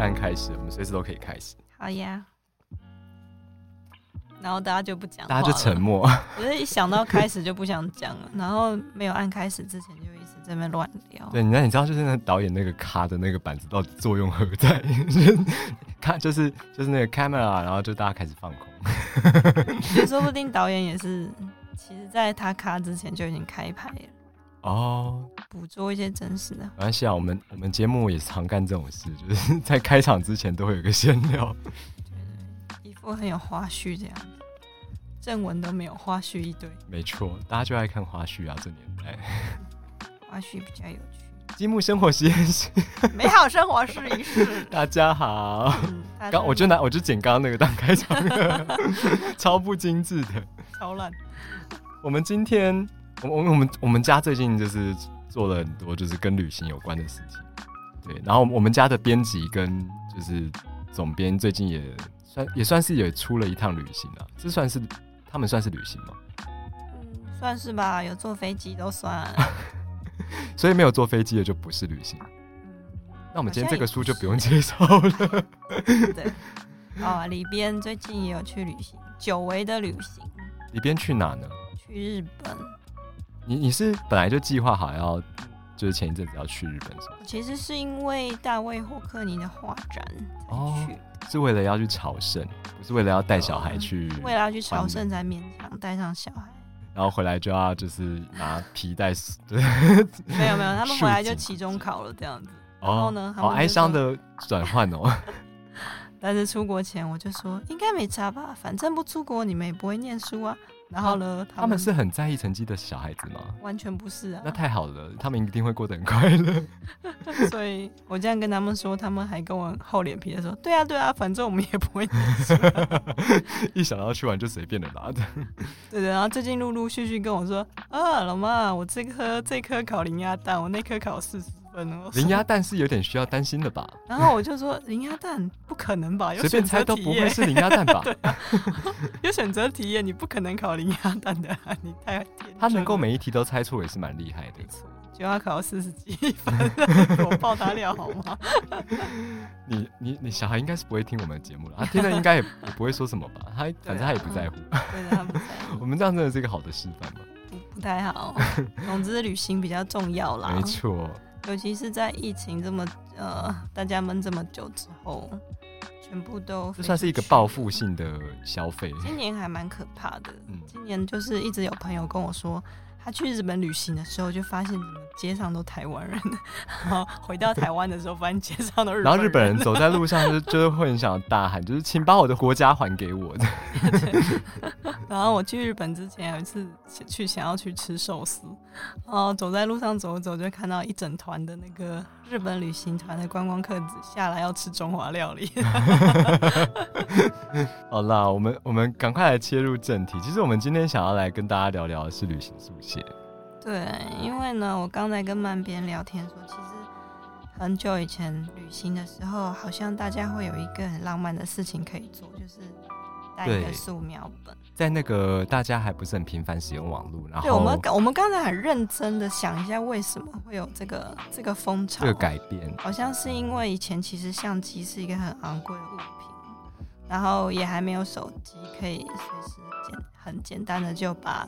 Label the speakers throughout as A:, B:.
A: 按开始，我们随时都可以开始，
B: 好呀。然后大家就不讲，
A: 大家就沉。默。
B: 我就一想到开始就不想讲了，然后没有按开始之前就一直在那边乱聊。
A: 对，那你知道就是那导演那个卡的那个板子到底作用何在？ 就是卡就是就是那个 camera，然后就大家开始放空。
B: 所以说不定导演也是，其实在他卡之前就已经开拍了，
A: 哦，
B: 捕捉一些真实的。
A: 没关系啊，我们我们节目也常干这种事，就是 在开场之前都会有一个闲聊。
B: 一副很有花絮这样子，正文都没有，花絮一堆，
A: 没错，大家就爱看花絮啊，这年代。
B: 花絮比较有趣。
A: 积木生活实验室，
B: 美好生活试一试。
A: 大家好。
B: 嗯，大家
A: 刚我就拿我就剪刚刚那个当开场， 超不精致的。
B: 超烂，
A: 我们今天，我我我们我们家最近就是做了很多就是跟旅行有关的事情，对。然后我们我们家的编辑跟就是总编最近也算也算是也出了一趟旅行啊，这算是他们算是旅行吗？
B: 嗯，算是吧，有坐飞机都算。
A: 所以没有坐飞机的就不是旅行。
B: 嗯，
A: 那我们今天这个书就
B: 好
A: 不
B: 像
A: 用介绍了。
B: 对。哦，里边最近也有去旅行，久违的旅行，
A: 里边去哪呢？
B: 去日本。
A: 你你是本来就计划好要，就是前一阵子要去日本是吗？
B: 其实是因为大卫霍克尼的画展才
A: 哦
B: 去，哦
A: 是为了要去朝圣，不是为了要带小孩去，
B: 为了要去朝圣才勉强带上小孩。
A: 然后回来就要就是拿皮带死。对，
B: 没有没有，他们回来就
A: 竖
B: 期中考了这样子。然后
A: 哦，
B: 呢，他
A: 好
B: 们就
A: 哀伤
B: 说。
A: 的转换哦。
B: 但是出国前我就说应该没差吧，反正不出国你们也不会念书啊。然后呢，
A: 他们是很在意成绩的小孩子吗？
B: 完全不是啊
A: 那。太好了，他们一定会过得很快乐。
B: 所以我这样跟他们说，他们还跟我厚脸皮的说，对啊对啊，反正我们也不会念书。
A: 一想到去玩就随便的啦。
B: 对的，然后最近陆陆续续跟我说，啊，老妈，我这科这科考零鸭蛋，我那科考四十分哦。
A: 零鸭蛋是有点需要担心的吧？
B: 然后我就说零鸭蛋不可能吧，有
A: 随便
B: 哎选
A: 猜
B: 择
A: 都
B: 题
A: 不会
B: 耶，
A: 是零鸭 蛋吧？
B: 有选择题耶，你不可能考零鸭蛋的啊、你太天真
A: 他能够
B: 了
A: 每一题都猜错也是蛮厉害的
B: 没。错，就要考四十几分， 我爆他料好 吗？
A: 你你你小孩应该是不会听我们的节目了，他听了应该 也也不会说什么吧？
B: 啊
A: 他反正他也不在乎。
B: 对的，他不在乎
A: 我们这样真的是一个好的示范吗？
B: 不不 太好。总之，旅行比较重要啦
A: 没，错，
B: 尤其是在疫情这么呃大家闷这么久之后，全部都
A: 这算是一个
B: 飞出去
A: 报复。性的消费。
B: 今年还蛮可怕的，
A: 嗯，
B: 今年就是一直有朋友跟我说，他去日本旅行的时候就发现怎么街上都台湾人，然后回到台湾的时候发现街上都是
A: 然后日本人走在路上就就是会很想大喊， 就是请把我的国家还给我。
B: 然后我去日本之前有一次想去想要去吃寿司，然后走在路上走一走就看到一整团的那个日本旅行团的观光客下来要吃中华料理，
A: 好啦，我们我们赶快来切入正题。其实我们今天想要来跟大家聊聊的是旅行速写。
B: 对，因为呢，我刚才跟曼边聊天说，其实很久以前旅行的时候，好像大家会有一个很浪漫的事情可以做，就是带一
A: 对
B: 个素描本。
A: 在那个大家还不是很频繁使用网络，然
B: 对，我们
A: 后
B: 我们刚才很认真的想一下，为什么会有这个这个风潮？
A: 这个改变，
B: 好像是因为以前其实相机是一个很昂贵的物品，然后也还没有手机可以随时简很简单的就把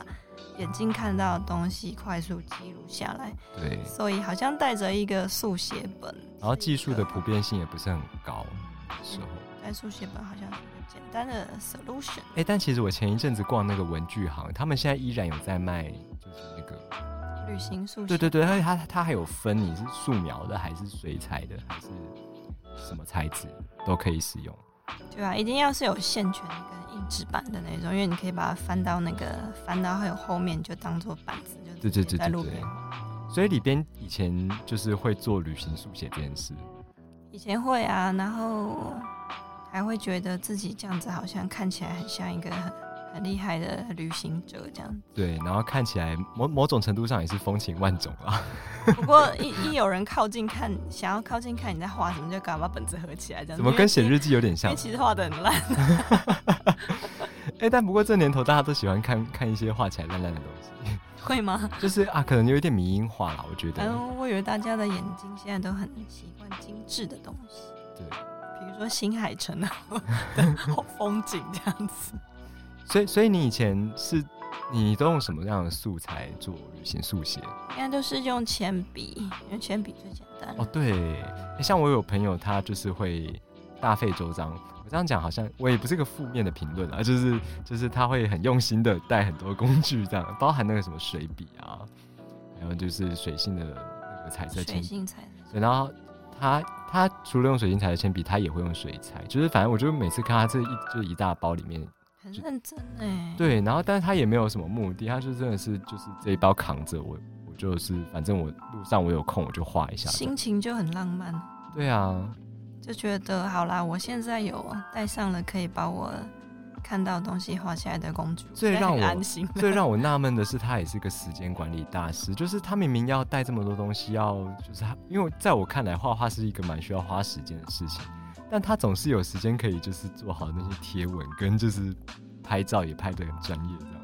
B: 眼睛看到的东西快速记录下来，
A: 对，
B: 所以好像带着一个速写本，
A: 然后技术的普遍性也不是很高的时候。
B: 带哎速写本好像是一个简单的 solution。
A: 哎、但其实我前一阵子逛那个文具行，他们现在依然有在卖，就是那个，
B: 旅行速写，
A: 对对对，而且它它还有分你是素描的还是水彩的还是什么材质都可以使用。
B: 对吧、啊？一定要是有线圈跟硬纸板的那种，因为你可以把它翻到那个翻到还有后面就当做板子，就
A: 对对
B: 直接
A: 对
B: 在
A: 对
B: 路
A: 对
B: 边。。
A: 所以里边以前就是会做旅行速写这件事，
B: 以前会啊，然后还会觉得自己这样子好像看起来很像一个很很厉害的旅行者这样 子。
A: 对，然后看起来某某种程度上也是风情万种啊。
B: 不过一一有人靠近看，想要靠近看你在画什么，就赶快把本子合起来这样子。
A: 怎么跟写
B: 因为？
A: 日记有点
B: 因
A: 像
B: 为？其实画的很烂，
A: 哎、但不过这年头大家都喜欢看看一些画起来烂烂的东西，
B: 会吗？
A: 就是啊，可能有一点迷因画啦，我觉得。
B: 嗯，我以为大家的眼睛现在都很习惯精致的东西。
A: 对，
B: 比如说新海诚 啊的风景这样子。
A: 所以，所以你以前是你都用什么样的素材做旅行速写？
B: 应该都是用铅笔，因为铅笔最简单了。
A: 哦，对，诶像我有朋友，他就是会大费周章。我这样讲好像我也不是个负面的评论啊，就是就是他会很用心的带很多工具，这样包含那个什么水笔啊，还有就是水性的那个彩色铅
B: 水
A: 笔。
B: 性彩色
A: 对，然后他他除了用水性彩色铅笔，他也会用水彩，就是反正我就每次看他这一就一大包里面，
B: 很认真哎。
A: 对，然后但是他也没有什么目的，他就真的是就是这一包扛着我，我就是反正我路上我有空我就画一下这样，
B: 心情就很浪漫，
A: 对啊，
B: 就觉得好啦，我现在有带上了可以把我看到的东西画下来的工具，
A: 最
B: 现在
A: 让
B: 很
A: 我
B: 安心了。
A: 最让我纳闷的是，他也是个时间管理大师，就是他明明要带这么多东西要，就是他，因为在我看来，画画是一个蛮需要花时间的事情，但他总是有时间可以就是做好那些贴文，跟就是拍照也拍得很专业这样。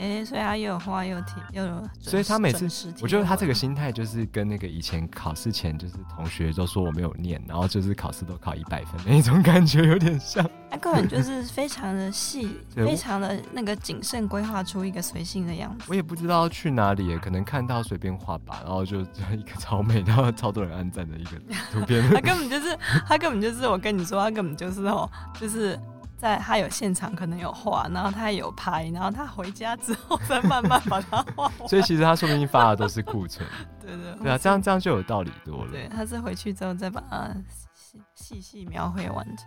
B: 哎、所以他又有画又有题又有准时，
A: 所以他每次
B: 准时提
A: 我觉得他这个
B: 问
A: 心态就是跟那个以前考试前就是同学都说我没有念，然后就是考试都考一百分那种感觉有点像。
B: 他个人就是非常的细，
A: 对我
B: 非常的那个谨慎规划出一个随性的样子。
A: 我也不知道去哪里耶，可能看到随便画吧，然后就就一个超美，然后超多人按赞的一个图片。
B: 他根本就是，他根本就是，我跟你说，他根本就是哦，就是在他有现场可能有画，然后他有拍，然后他回家之后再慢慢把它画完。
A: 所以其实他说不定发的都是库 存，
B: 对对
A: 对啊，这样这样就有道理多了。
B: 对，他是回去之后再把它细细细描绘完成。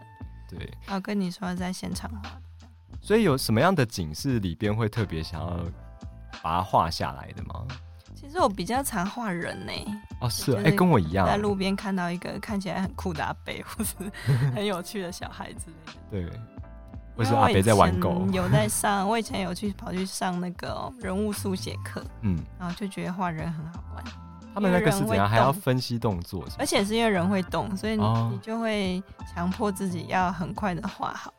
A: 对，
B: 然后跟你说在现场画，
A: 所以有什么样的景是里边会特别想要把它画下来的吗？
B: 其实我比较常画人呢、
A: 哦，是哦，
B: 就
A: 哎、
B: 是
A: 跟我一样
B: 在，路边看到一个看起来很酷的阿伯，或是 很有趣的小孩之类的。
A: 对，
B: 因
A: 或
B: 为
A: 是阿
B: 以
A: 北在玩狗
B: 前，有在上，我以前有去跑去上那个哦、人物速写课，
A: 嗯，
B: 然后就觉得画人很好玩，
A: 他们那个是
B: 因
A: 怎
B: 为人会
A: 样？还要
B: 动
A: 分析动作是吗
B: 而且是因为人会动，所以你,、
A: 哦
B: 你就会强迫自己要很快的画好。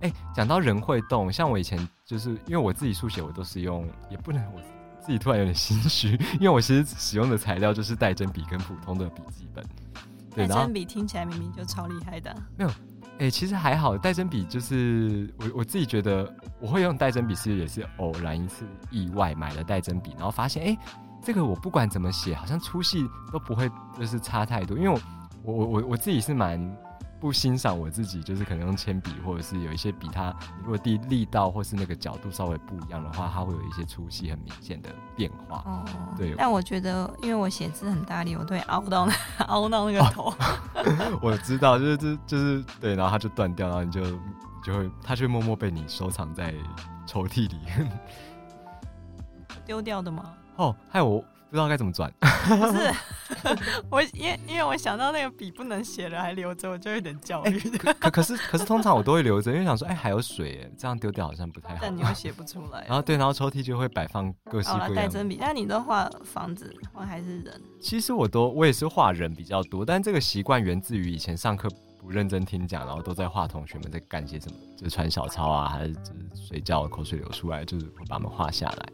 A: 哎、讲到人会动，像我以前就是因为我自己书写，我都是用，也不能我自己突然有点心虚，因为我其实使用的材料就是带针笔跟普通的笔记本。对，
B: 那
A: 然后
B: 真笔听起来明明就超厉害的啊，
A: 哎、其实还好，带针笔就是我我自己觉得我会用带针笔是也是偶然一次意外买了带针笔，然后发现哎、诶这个我不管怎么写，好像粗细都不会就是差太多，因为我我我我我自己是蛮不欣赏我自己，就是可能用铅笔或者是有一些笔它如果地力道或是那个角度稍微不一样的话，它会有一些粗细很明显的变化。
B: 哦，
A: 对
B: 但我觉得，因为我写字很大力，我都会凹到那 凹到那
A: 哦
B: 个头。
A: 我知道，就是这就是对，然后它就断掉，然后你就你就会它就默默被你收藏在抽屉里。
B: 丢掉的吗？
A: 哦，害我不知道该怎么转。
B: 不是，我因为因为我想到那个笔不能写了还留着，我就有点焦虑。
A: 哎 可可是可是通常我都会留着，因为想说，哎、还有水耶，这样丢掉好像不太好
B: 但。你又写不出来
A: 然。后对，然后抽屉就会摆放各式
B: 好了，
A: 各
B: 哦带
A: 样的。
B: 真笔，那你都画房子，画还是人？
A: 其实我都我也是画人比较多，但这个习惯源自于以前上课不认真听讲，然后都在画同学们在干些什么，就是传小抄啊，还是就是睡觉口水流出来，就是我把他们画下来。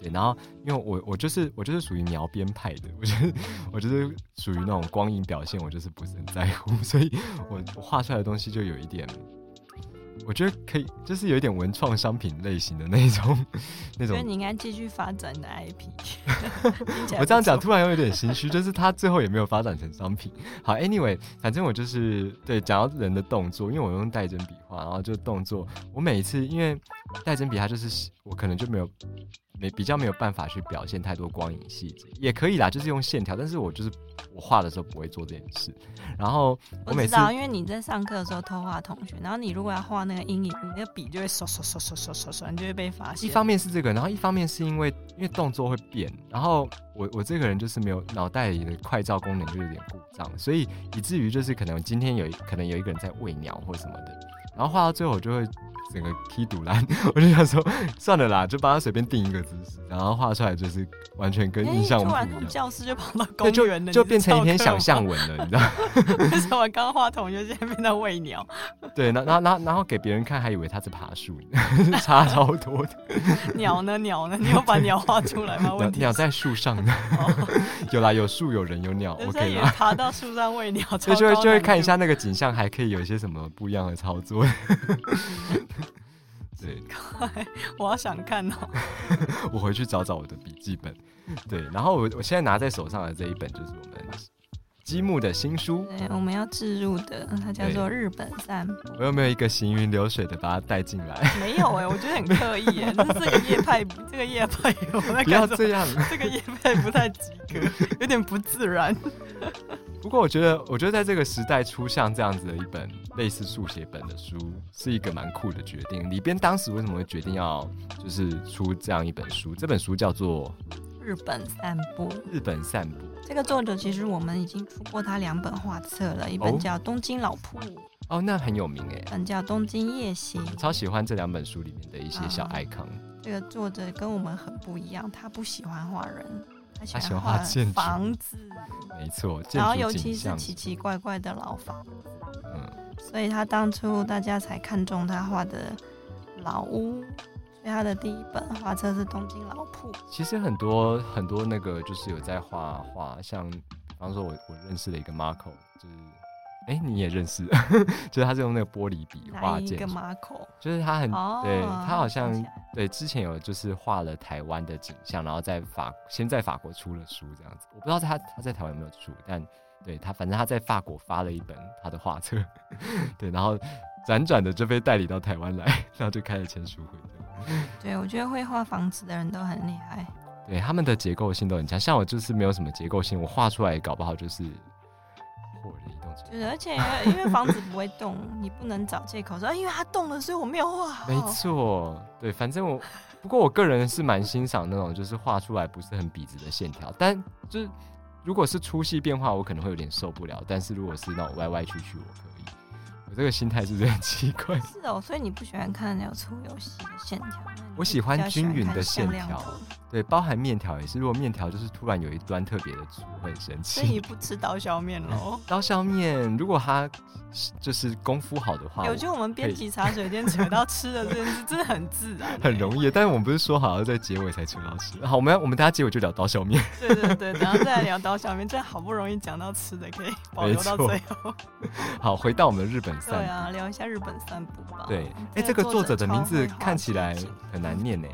A: 对，然后因为我我就是我就是属于描边派的，我就是我就是属于那种光影表现，我就是不是很在乎， 所以我我画出来的东西就有一点，我觉得可以就是有一点文创商品类型的那一种 那
B: 所
A: 种
B: 以你应该继续发展你的 IP。听起来
A: 我这样讲
B: 不错
A: 突然有点心虚，就是他最后也没有发展成商品。好，anyway，反正我就是对讲到人的动作，因为我用带针笔画，然后就动作，我每一次因为带针笔它就是我可能就没有没比较没有办法去表现太多光影细节，也可以啦，就是用线条，但是我就是我画的时候不会做这件事。然后我
B: 我
A: 每
B: 知
A: 次
B: 道，因为你在上课的时候偷画同学，然后你如果要画那个阴影，你那个笔就会刷刷刷刷刷刷刷，你就会被发
A: 一
B: 现。
A: 方面是这个，然后一方面是因为因为动作会变，然后我我这个人就是没有脑袋里的快照功能就有点故障，所以以至于就是可能今天有一可能有一个人在喂鸟或什么的，然后画到最后我就会整个 key 堵烂， 我就想说算了啦，就帮他随便定一个姿势，然后画出来就是完全跟
B: 哎
A: 印象
B: 突
A: 不一
B: 然
A: 样
B: 从。教室就跑到
A: 对，
B: 公园
A: 就
B: 了，
A: 就
B: 你是
A: 变成一篇
B: 翘课
A: 想
B: 吗。
A: 象文了， 你知道？
B: 为什么刚话筒就现在变到喂鸟？
A: 对，然后然后然后给别人看，还以为他是爬树， 差超多的。
B: 鸟呢？鸟呢？你有把鸟画出来吗？
A: 鸟
B: 问题
A: 鸟在树上 呢，
B: 哦，
A: 有啦，有树有人有鸟
B: 人家
A: ，OK
B: 也
A: 啦。
B: 爬到树上喂鸟，
A: 所以
B: 超
A: 就会
B: 高
A: 就会
B: 难
A: 看一
B: 度
A: 下那个景象，还可以有一些什么不一样的操作。 对，
B: 我好想看哦。
A: 我回去找找我的笔记本。对，然后我我现在拿在手上的这一本就是我们积木的新书。
B: 对，我们要置入的，它叫做《日本散步》。
A: 我有没有一个行云流水的把它带进 来？
B: 没有哎、我觉得很刻意耶、这这个叶派，这个叶派，我在
A: 不要
B: 感受
A: 这样。
B: 这个叶派不太及格，有点不自然。
A: 不过我觉得，我觉得在这个时代出像这样子的一本类似速写本的书，是一个蛮酷的决定。里边当时为什么会决定要就是出这样一本书？这本书叫做
B: 日本散步
A: 《日本散步》
B: 这个作者其实我们已经出过他两本画册了，一本
A: 哦
B: 叫《东京老铺》，
A: 哦，那很有名哎
B: 一，本叫《东京夜行》。
A: 超喜欢这两本书里面的一些小
B: 啊
A: icon。
B: 这个作者跟我们很不一样，他不喜欢画人，他喜
A: 他喜欢
B: 欢
A: 画建筑
B: 房子，
A: 没错，建
B: 然后
A: 筑
B: 尤
A: 景
B: 其是
A: 象，
B: 奇奇怪怪的老房
A: 嗯，
B: 所以他当初大家才看中他画的老屋，所以他的第一本画册是《东京老铺》。
A: 其实很多很多那个就是有在画画，像比方说我我认识了一个 Marco，就是哎、你也认识， 就是他是用那个玻璃笔
B: 哪
A: 画
B: 一
A: 建
B: 个
A: 筑，
B: 马口？
A: 就是他很、
B: 哦，
A: 对他好像
B: 想起来
A: 对，之前有就是画了台湾的景象，然后在法先在法国出了书这样子。我不知道他他在台湾有没有出，但对他反正他在法国发了一本他的画册， 对，然后辗转的就被代理到台湾来，然后就开了签书会这样。
B: 对我觉得会画房子的人都很厉害。
A: 对，他们的结构性都很强，像我就是没有什么结构性，我画出来搞不好就是火了移动程
B: 就是，而且因为因为房子不会动，你不能找借口说，啊因为它动了，所以我没有画好。
A: 没错，对，反正我，不过我个人是蛮欣赏那种就是画出来不是很笔直的线条，但就是如果是粗细变化，我可能会有点受不了，但是如果是那种歪歪曲曲，我可以。我这个心态是不是很奇怪？
B: 是哦，所以你不喜欢看有粗有细的线条。那你
A: 我喜欢
B: 比较喜欢
A: 均匀的
B: 看向
A: 线
B: 量
A: 条
B: 图
A: 对，包含面条也是，如果面条就是突然有一端特别的粗，会很生
B: 所以你
A: 气。
B: 不吃刀削面喽？
A: 刀削面，如果它就是功夫好的话，
B: 有，
A: 啊我
B: 我觉得我们
A: 可
B: 编
A: 以
B: 辑茶水间扯到吃的这件事，真的很自 然、欸
A: 很容易。但是我们不是说好要在结尾才吃到吃？好，我们要我们大家结尾就聊刀削面。
B: 对对对，然后再来聊刀削面，这好不容易讲到吃的，可以保留到最后。
A: 好，回到我们的日本
B: 对
A: 散
B: 啊，聊一下日本散步吧。
A: 对，哎、
B: 嗯这
A: 这个作者的名字
B: 超会画
A: 看起来
B: 街景
A: 很难念呢。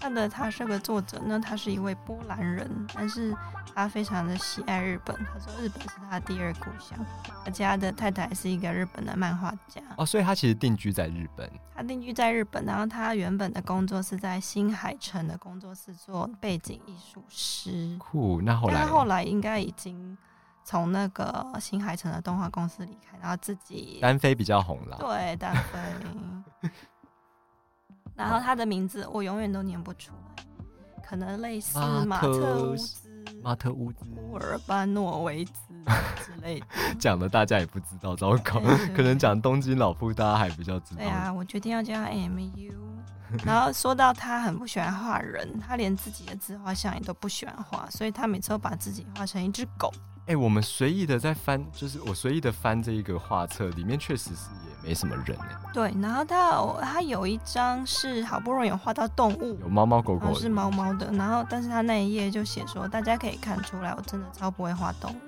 B: 他的他是个作者呢，他是一位波兰人，但是他非常的喜爱日本。他说日本是他的第二故乡，而且他的太太是一个日本的漫画家。
A: 哦，所以他其实定居在日本。
B: 他定居在日本，然后他原本的工作是在新海诚的工作室做背景艺术师。
A: 酷，那后
B: 但
A: 来
B: 他后来应该已经从那个新海诚的动画公司离开，然后自己
A: 单飞比较红啦。
B: 对单 飞。然后他的名字我永远都念不出来，可能类似
A: 马
B: 马
A: 特
B: 特乌兹、
A: 马特乌兹
B: 乌尔班诺维 兹之类的。
A: 讲的大家也不知道，糟糕
B: 对对，对
A: 可能讲嗯东京老夫大家还比较知
B: 对
A: 道。
B: 啊，我决定要叫他 MU。然 后说到他很不喜欢画人，他连自己的自画像也都不喜欢画，所以他每次都把自己画成一只狗。
A: 哎、我们随意的在翻，就是我随意的翻这一个画册，里面确实是也没什么人哎，
B: 对，然后他有他有一张是好不容易有画到动物，
A: 有猫猫狗
B: 然
A: 狗
B: 后
A: 的，
B: 哦是猫猫的，然后但是他那一页就写说，大家可以看出来，我真的超不会画动物。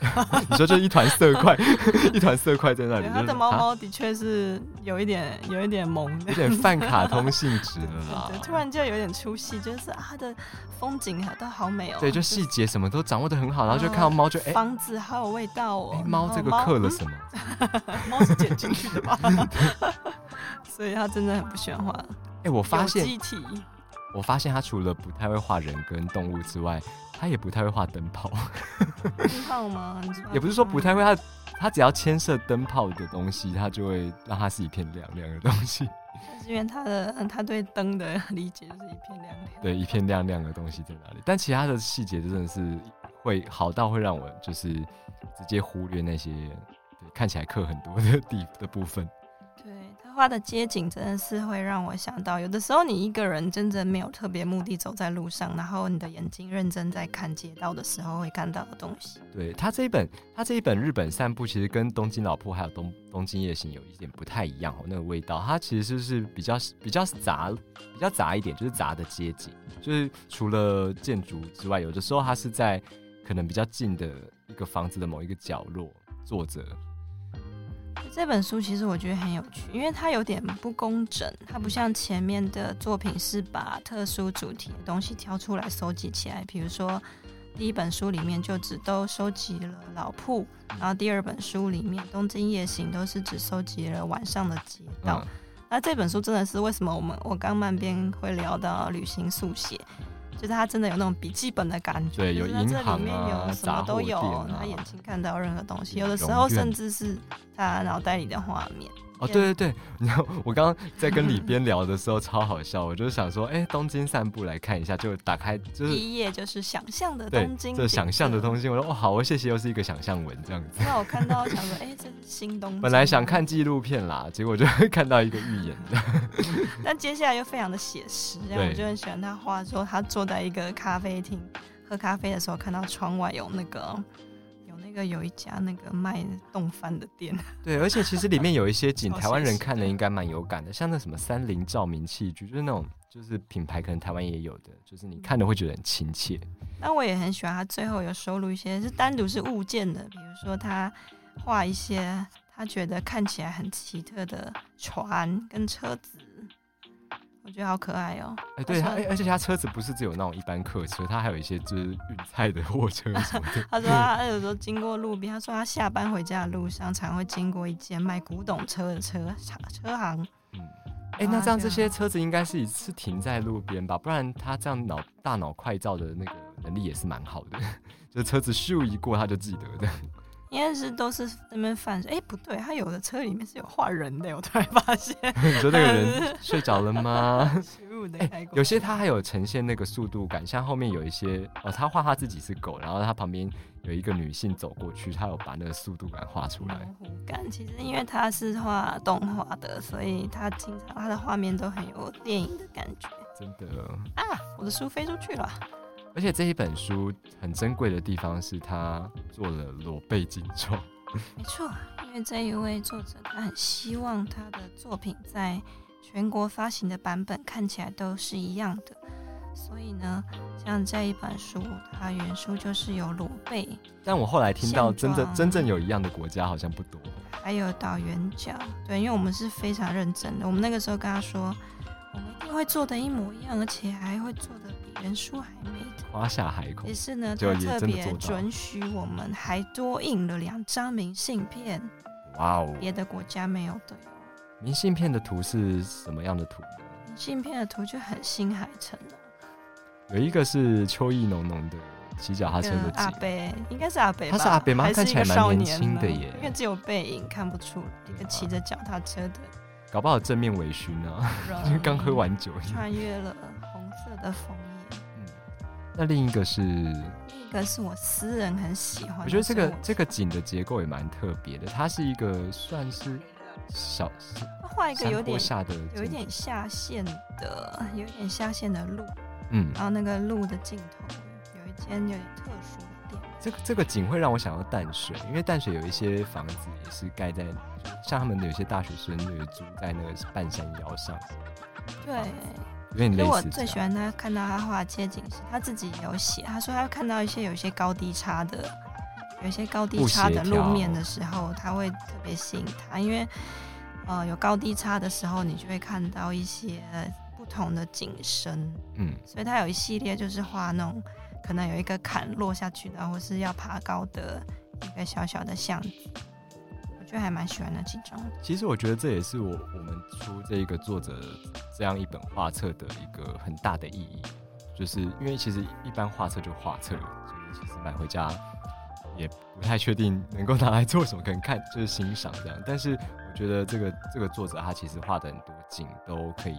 A: 你说就是一团色块， 一团色块在那里
B: 对，，他
A: 就是
B: 的猫
A: 啊
B: 猫的确是有一点有一点萌的
A: 有，点泛卡通性质了啦
B: 对，。突然就有点出戏，就是啊，它的风景啊都好美哦，
A: 对，就细节什么都掌握的很好，然后就
B: 哦
A: 看到猫 就哎，
B: 房子好有味道哦
A: 哎，猫、
B: 然后
A: 这个
B: 猫
A: 刻了
B: 嗯
A: 什么？
B: 猫是剪进去的吧？ 所以他真的很不喜欢画。
A: 哎、我发现
B: 有机体，
A: 我发现他除了不太会画人跟动物之外，他也不太会画灯泡。
B: 嗯听到吗？你知道
A: 也不是说
B: 吗
A: 不太会，他他只要牵涉灯泡的东西，他就会让它是一片亮亮的东西。
B: 但是因为他的他对灯的 理解就是一片亮亮。
A: 对，一片亮亮的东西在哪里？但其他的细节真的是会好到会让我就是直接忽略那些对看起来课很多的地的部分。
B: 对他花的街景真的是会让我想到，有的时候你一个人真正没有特别目的走在路上，然后你的眼睛认真在看街道的时候会看到的东西。
A: 对他这一本，他这一本日本散步，其实跟《东京老铺》还有东《东京夜行》有一点不太一样哦，那个味道，它其实就是比较比较杂，比较杂一点，就是杂的街景，就是除了建筑之外，有的时候它是在可能比较近的一个房子的某一个角落坐着，
B: 这本书其实我觉得很有趣，因为它有点不工整，它不像前面的作品是把特殊主题的东西挑出来收集起来。比如说，第一本书里面就只都收集了老铺，然后第二本书里面《东京夜行》都是只收集了晚上的街道。
A: 嗯，
B: 那这本书真的是为什么我们我刚慢边会聊到旅行速写，就是它真的有那种笔记本的感觉，
A: 对有
B: 就是它
A: 银行啊
B: 这里面有什么都有，
A: 杂货店啊
B: 他眼睛看到任何东西，有的时
A: 永
B: 候
A: 远
B: 甚至是他脑袋里的画面。
A: 哦，对对对， 你知道我刚刚在跟李边聊的时候超好笑，我就是想说，哎，东京散步来看一下，就打开就是
B: 第一页就是想象的
A: 对
B: 东京，
A: 这想象的东西，我说哦好，我谢谢，又是一个想象文这样子。
B: 西。那我看到想说，哎、这是 新东京。
A: 本来想，看纪录片啦，结果就会看到一个预言的，
B: 但接下来又非常的写实，然后
A: 对
B: 我就很喜欢他画说他坐在一个咖啡厅喝咖啡的时候，看到窗外有那个有那个有一家那个卖冻饭的店，
A: 对，而且其实里面有一些景，
B: 好
A: 台湾
B: 现
A: 人
B: 实
A: 看了应该蛮有感的，像那什么三菱照明器具，就是那种就是品牌，可能台湾也有的，就是你看了会觉得很亲切。
B: 那我也很喜欢他最后有收录一些是单独是物件的，比如说他画一些他觉得看起来很奇特的船跟车子，我觉得好可爱哦、
A: 哎、对，
B: 好
A: 它
B: 像
A: 哎而且它车子不是只有那种一般客车，它还有一些就是运菜的货车
B: 。
A: 什么的
B: 他说
A: 嗯
B: 他有时候经过路边，他说他下班回家的路上常会经过一间卖古董车的车车车行，
A: 嗯，哎、那这样这
B: 啊这
A: 些
B: 样
A: 车子应该是是停在路边吧？不然它这样脑大脑快照的那个能力也是蛮好的， 就是车子咻一过它就记得的。
B: 应该是都是那边贩售。哎、不对，他有的车里面是有画人的，我突然发现
A: 你说那个 人睡着了吗？
B: 食物的
A: 哎
B: 开关
A: 有些它还有呈现那个速度感，像后面有一些哦，他画他自己是狗，然后他旁边有一个女性走过去，他有把那个速度感画出
B: 模
A: 来。
B: 糊感，其实因为他是画动画的，所以他经常他的画面都很有电影的感觉
A: 真的。
B: 啊！我的书飞出去了，
A: 而且这一本书很珍贵的地方是它做了裸背景 窗，
B: 没错，啊因为这一位作者他很希望他的作品在全国发行的版本看起来都是一样的，所以呢，像这一本书，它原书就是有裸背，
A: 但我后来听到真
B: 现
A: 正
B: 状
A: 真正有一样的国家好像不多。
B: 还有导圆角，对，因为我们是非常认真的，我们那个时候跟他说，我们一定会做的一模一样，而且还会做的比原书还美的。
A: 夸下海口
B: 于，是呢，
A: 就
B: 他
A: 也真的
B: 特别
A: 做到嗯
B: 准许我们还多印了两张明信片，
A: 哇哦！
B: 别的国家没有的哟。
A: 明信片的图是什么样的图？
B: 明信片的图就很新海诚了，
A: 有一个是秋意浓浓的骑脚踏车
B: 跟
A: 的
B: 阿
A: 景，
B: 贝应该是阿贝吧，
A: 他是阿北吗
B: 还是一个
A: 看起来蛮
B: 少
A: 年
B: 年
A: 轻
B: 呢
A: 的耶
B: 因为只有背影看不出来，
A: 对啊
B: 一个骑着脚踏车 的
A: 搞不好正面微醺呢，
B: 人，
A: 因为 刚喝完酒。
B: 穿越了红色的枫叶，
A: 那另一个是
B: 另一个是我私人很喜欢的，
A: 我觉得这个
B: 所以
A: 这个景的结构也蛮特别的，它是一个算是小
B: 我画一个有
A: 山坡
B: 点
A: 下的，
B: 有一点，下陷的，有一点下陷的路，
A: 嗯，
B: 然后那个路的尽头有一间有点特殊的店，
A: 这个这个景会让我想到淡水，因为淡水有一些房子也是盖在，像他们有些大学生就是住在那个半山腰上，
B: 对。
A: 有点
B: 所
A: 类
B: 以我
A: 似这
B: 最喜
A: 样。
B: 欢他看到他画的街景是，他自己有写，他说他看到一些有一些高低差的，有一些高低差的路面的时候，他会特别吸引他，因为呃有高低差的时候，你就会看到一些不同的景深，
A: 嗯，
B: 所以他有一系列就是画那种可能有一个坎落下去的，或是要爬高的一个小小的巷子，我觉得还蛮喜欢那几张的。
A: 其实我觉得这也是我我们出这一个作者这样一本画册的一个很大的意义，就是因为其实一般画册就画册了，所以其实买回家也不太确定能够拿来做什么，可能看就是欣赏这样。但是我觉得这个这个作者他其实画的很多景都可以，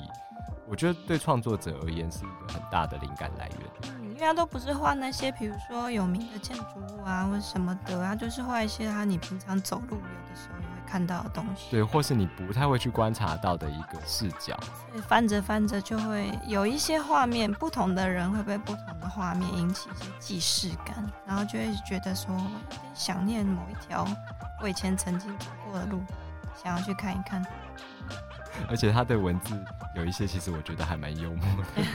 A: 我觉得对创作者而言是一个很大的灵感来源。
B: 嗯，因为他都不是画那些，比如啊说有名的建筑物啊，或者什么的，他就是画一些他你平常走路有的时候也会看到的东西。
A: 对，或是你不太会去观察到的一个视角。
B: 所以翻着翻着就会有一些画面，不同的人会被不同的画面引起一些既视感，然后就会觉得说，我有点想念某一条我以前曾经走过的路，想要去看一看。
A: 而且他的文字有一些，其实我觉得还蛮幽默 的。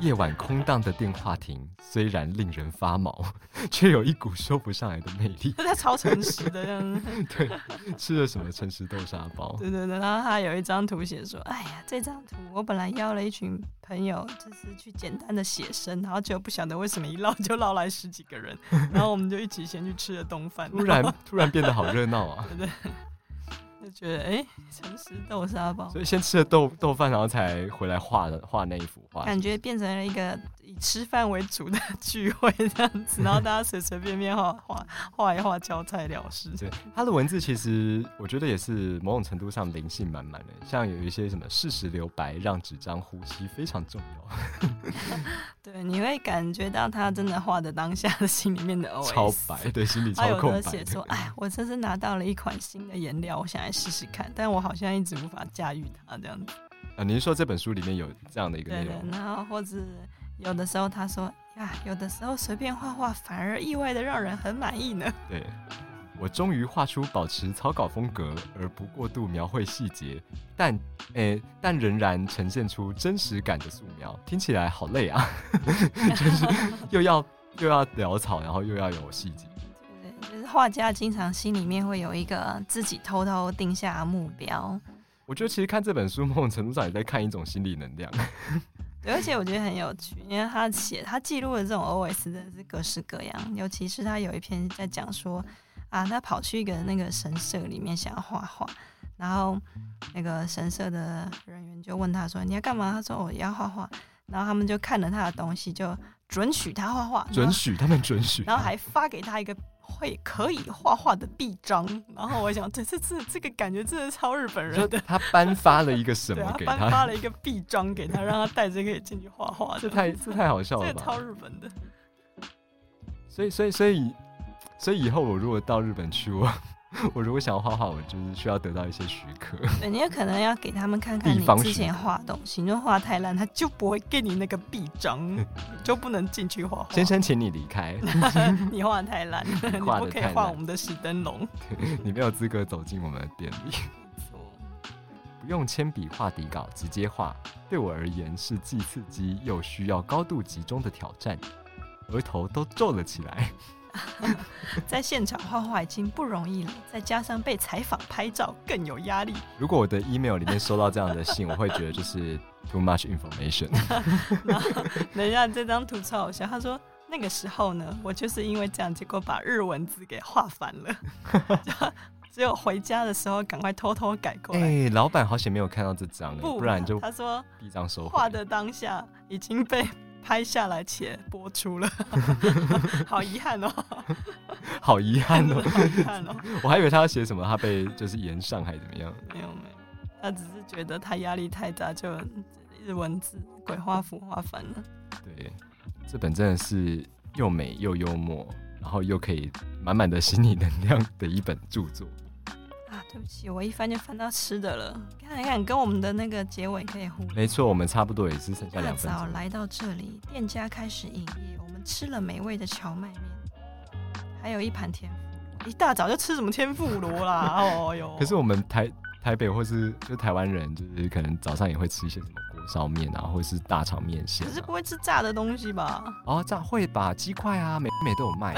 A: 夜晚空荡的电话亭，虽然令人发毛，却有一股说不上来的魅力。
B: 他超诚实的样子。
A: 对，吃了什么诚实豆沙包？
B: 对对对，然后他有一张图写说：“哎呀，这张图我本来邀了一群朋友，就是去简单的写生，然后就不晓得为什么一唠就唠来十几个 人，然后我们就一起先去吃了东饭，
A: 突然突然变得好热闹啊！
B: 对对，就觉得哎，诚实豆沙包，
A: 所以先吃了豆豆饭，然后才回来画的画那一幅画。
B: 感觉变成了一个以吃饭为主的聚会这样子，然后大家随随便便画画画一画，交菜了 事。
A: 对他的文字，其实我觉得也是某种程度上灵性满满的，像有一些什么适时留白，让纸张呼吸非常重要，
B: 对，你会感觉到他真的画的当下的心里面的 OS。
A: 超白，对， 心里
B: 他
A: 超
B: 哦有
A: 空
B: 的
A: 白
B: 写
A: 的。
B: 说：“哎，我这次拿到了一款新的颜料，我想来试试看，但我好像一直无法驾驭它这样子。
A: 啊，您说这本书里面有这样的一”个内
B: 对对
A: 容，，
B: 然后或者有的时候他说：“呀，有的时候随便画画反而意外的让人很满意呢。
A: 对，我终于画出保持草稿风格而不过度描绘细节，但诶、但仍然呈现出真实感的素描。听起来好累啊， 就是 又要又要潦草，然后又要有细节。”
B: 对，就是画家经常心里面会有一个自己偷偷定下的目标，
A: 我觉得其实看这本书，某种程度上也在看一种心理能 量。
B: 对，而且我觉得很有趣，因为他写他记录的这种 OS 真的是各式各样，尤其是他有一篇在讲说啊，他跑去一个那个神社里面想要画画，然后那个神社的人员就问他说你要干嘛？他说哦我要画画，然后他们就看了他的东西，就准许他画画，然后
A: 准许他们准许，
B: 然后还发给他一个会可以画画的臂章，然后我想这这这这个感觉真的超日本
A: 你
B: 人
A: 说
B: 的。
A: 他颁发了一个什
B: 对
A: 么
B: 啊，
A: 给
B: 颁发
A: 他？
B: 了一个臂章给他，让他带着可以进去画画。
A: 这太这太好笑
B: 这
A: 了
B: 个
A: 吧！
B: 超日本 的，
A: 所以，所以，所以，所以以后我如果到日本去，我 我如果想要画画，我就是需要得到一些许可。
B: 对，你有可能要给他们看看
A: 地
B: 你
A: 方
B: 之
A: 学
B: 前画的东西，你若画太烂，他就不会给你那个臂章，你 就不能进去画画。
A: 嗯先，生，请你离开，
B: 你画得太烂，你
A: 画
B: 不
A: 得
B: 可以
A: 太
B: 画
A: 烂
B: 我们的史灯笼。
A: 你没有资格走进我们的店里。不用铅笔画底稿，直接画，对我而言是既刺激又需要高度集中的挑战，额头都皱了起来。
B: 在现场画画已经不容易了，再加上被采访拍照更有压力。
A: 如果我的 email 里面收到这样的信，我会觉得就是 too much information。
B: 人家这张图超好笑，他说那个时候呢，我就是因为这样，结果把日文字给画反了， 就只有回家的时候赶快偷偷改过
A: 哎、
B: 来。
A: 老板好险没有看到这张、欸，
B: 不，
A: 不然就
B: 他说
A: 必张收回。
B: 画的当下已经被拍下来且播出了， 好遗憾哦，
A: 好遗憾
B: 真
A: 哦
B: 的，好遗憾哦，
A: 我还以为他要写什么，他被就是延上还是怎么样。
B: 没有没有，他只是觉得他压力太大，就日文字鬼画符画反了。
A: 对，这本真的是又美又幽默，然后又可以满满的心理能量的一本著作。
B: 啊，对不起，我一翻就翻到吃的了。看一看，跟我们的那个结尾可以呼应。
A: 没错，我们差不多也是剩下
B: 大
A: 两分
B: 早
A: 钟。
B: 来到这里，店家开始营业，我们吃了美味的荞麦面，还有一盘天妇罗。一大早就吃什么天妇罗 啦？哦哟，
A: 可是我们台台北或是就台湾人，就是可能早上也会吃一些什么锅烧面啊，或是大肠面线、
B: 可是
A: 啊。
B: 不会吃炸的东西吧？
A: 哦，这样会把鸡块啊，美美都有卖，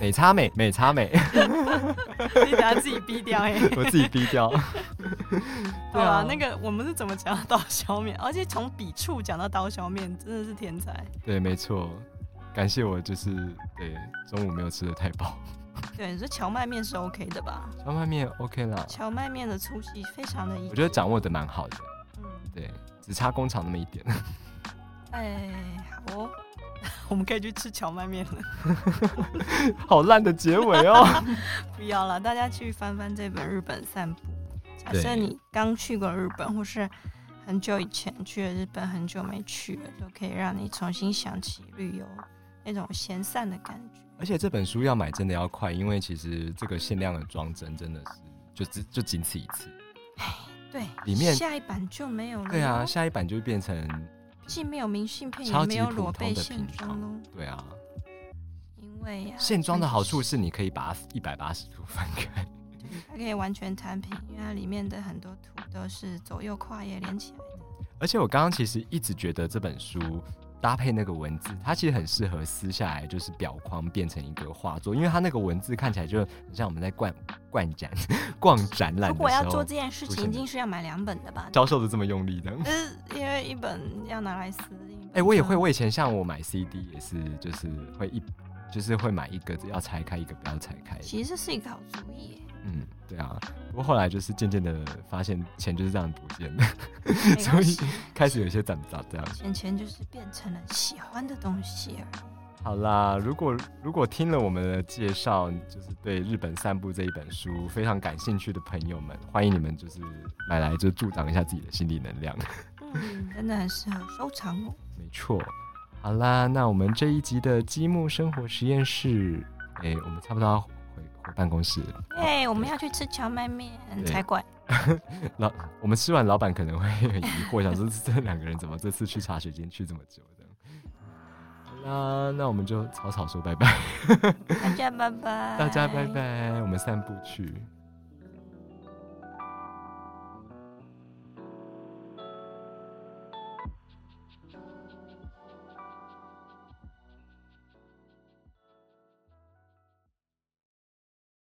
A: 美差美美差美，
B: 你等下自己逼掉哎、
A: 我自己低 调。
B: 对啊，那个我们是怎么讲到刀削面？而且从笔触讲到刀削面，真的是天才。
A: 对，没错，感谢我就是对中午没有吃的太饱，
B: 对，你说荞麦面是 OK 的吧？
A: 荞麦面 OK 啦，
B: 荞麦面的粗细非常的一致，
A: 我觉得掌握的蛮好的，
B: 嗯
A: 对，只差工厂那么一点。
B: 哎，好哦， 我们可以去吃荞麦面了。
A: 好烂的结尾哦。
B: 不要了，大家去翻翻这本《日本散步》。假设
A: 对
B: 你刚去过日本，或是很久以前去了日本，很久没去了，都可以让你重新想起旅游那种闲散的感觉。
A: 而且这本书要买真的要快，因为其实这个限量的装帧真的是就只就仅此一次。
B: 对，
A: 里面
B: 下一版就没有了。
A: 对啊，，下一版就会变成
B: 既没有明信片，
A: 超
B: 也没
A: 级
B: 有
A: 普
B: 裸
A: 通
B: 背
A: 的
B: 现
A: 平
B: 装喽
A: 常。。对啊，
B: 因为呀、
A: 线装的好处
B: 是
A: 是你可以把它一百八十度翻开。
B: 它可以完全摊平，因为它里面的很多图都是左右跨页连起来的。
A: 而且我刚刚其实一直觉得这本书搭配那个文字，它其实很适合撕下来，就是表框变成一个画作，因为它那个文字看起来就很像我们在逛逛展 逛展览
B: 如
A: 的
B: 果
A: 时
B: 要做
A: 候
B: 这，件事
A: 出现
B: 情，
A: 的
B: 一定是要买两本的吧？
A: 教授的这么用力的。
B: 就是因为一本啊要拿来撕，
A: 哎、我也会，
B: 问。
A: 我以前像我买 CD 也是，就是会一，就是会买一个要拆开，一个不要拆开。
B: 其实这是一个好主意耶，
A: 嗯，对啊。不过后来就是渐渐的发现钱就是这样不见的，
B: 没
A: 所
B: 关
A: 以
B: 系，
A: 开始有一些攒杂这样。
B: 钱钱就是变成了喜欢的东西而已。
A: 好啦，如果如果听了我们的介绍，就是对《日本散步》这一本书非常感兴趣的朋友们，欢迎你们就是买来就助长一下自己的心理能量。
B: 嗯，真的很适合收藏哦。
A: 没错。好啦，那我们这一集的积木生活实验室，哎、我们差不多要回回办公室了。
B: 哎，我们要去吃荞麦面
A: 对
B: 才怪。
A: 老我们吃完，老板可能会很疑惑，想说这两个人怎么这次去茶水间去这么久的。好啦，那我们就草草说拜拜，
B: 大家拜 拜，
A: 大家拜。拜，我们散步去。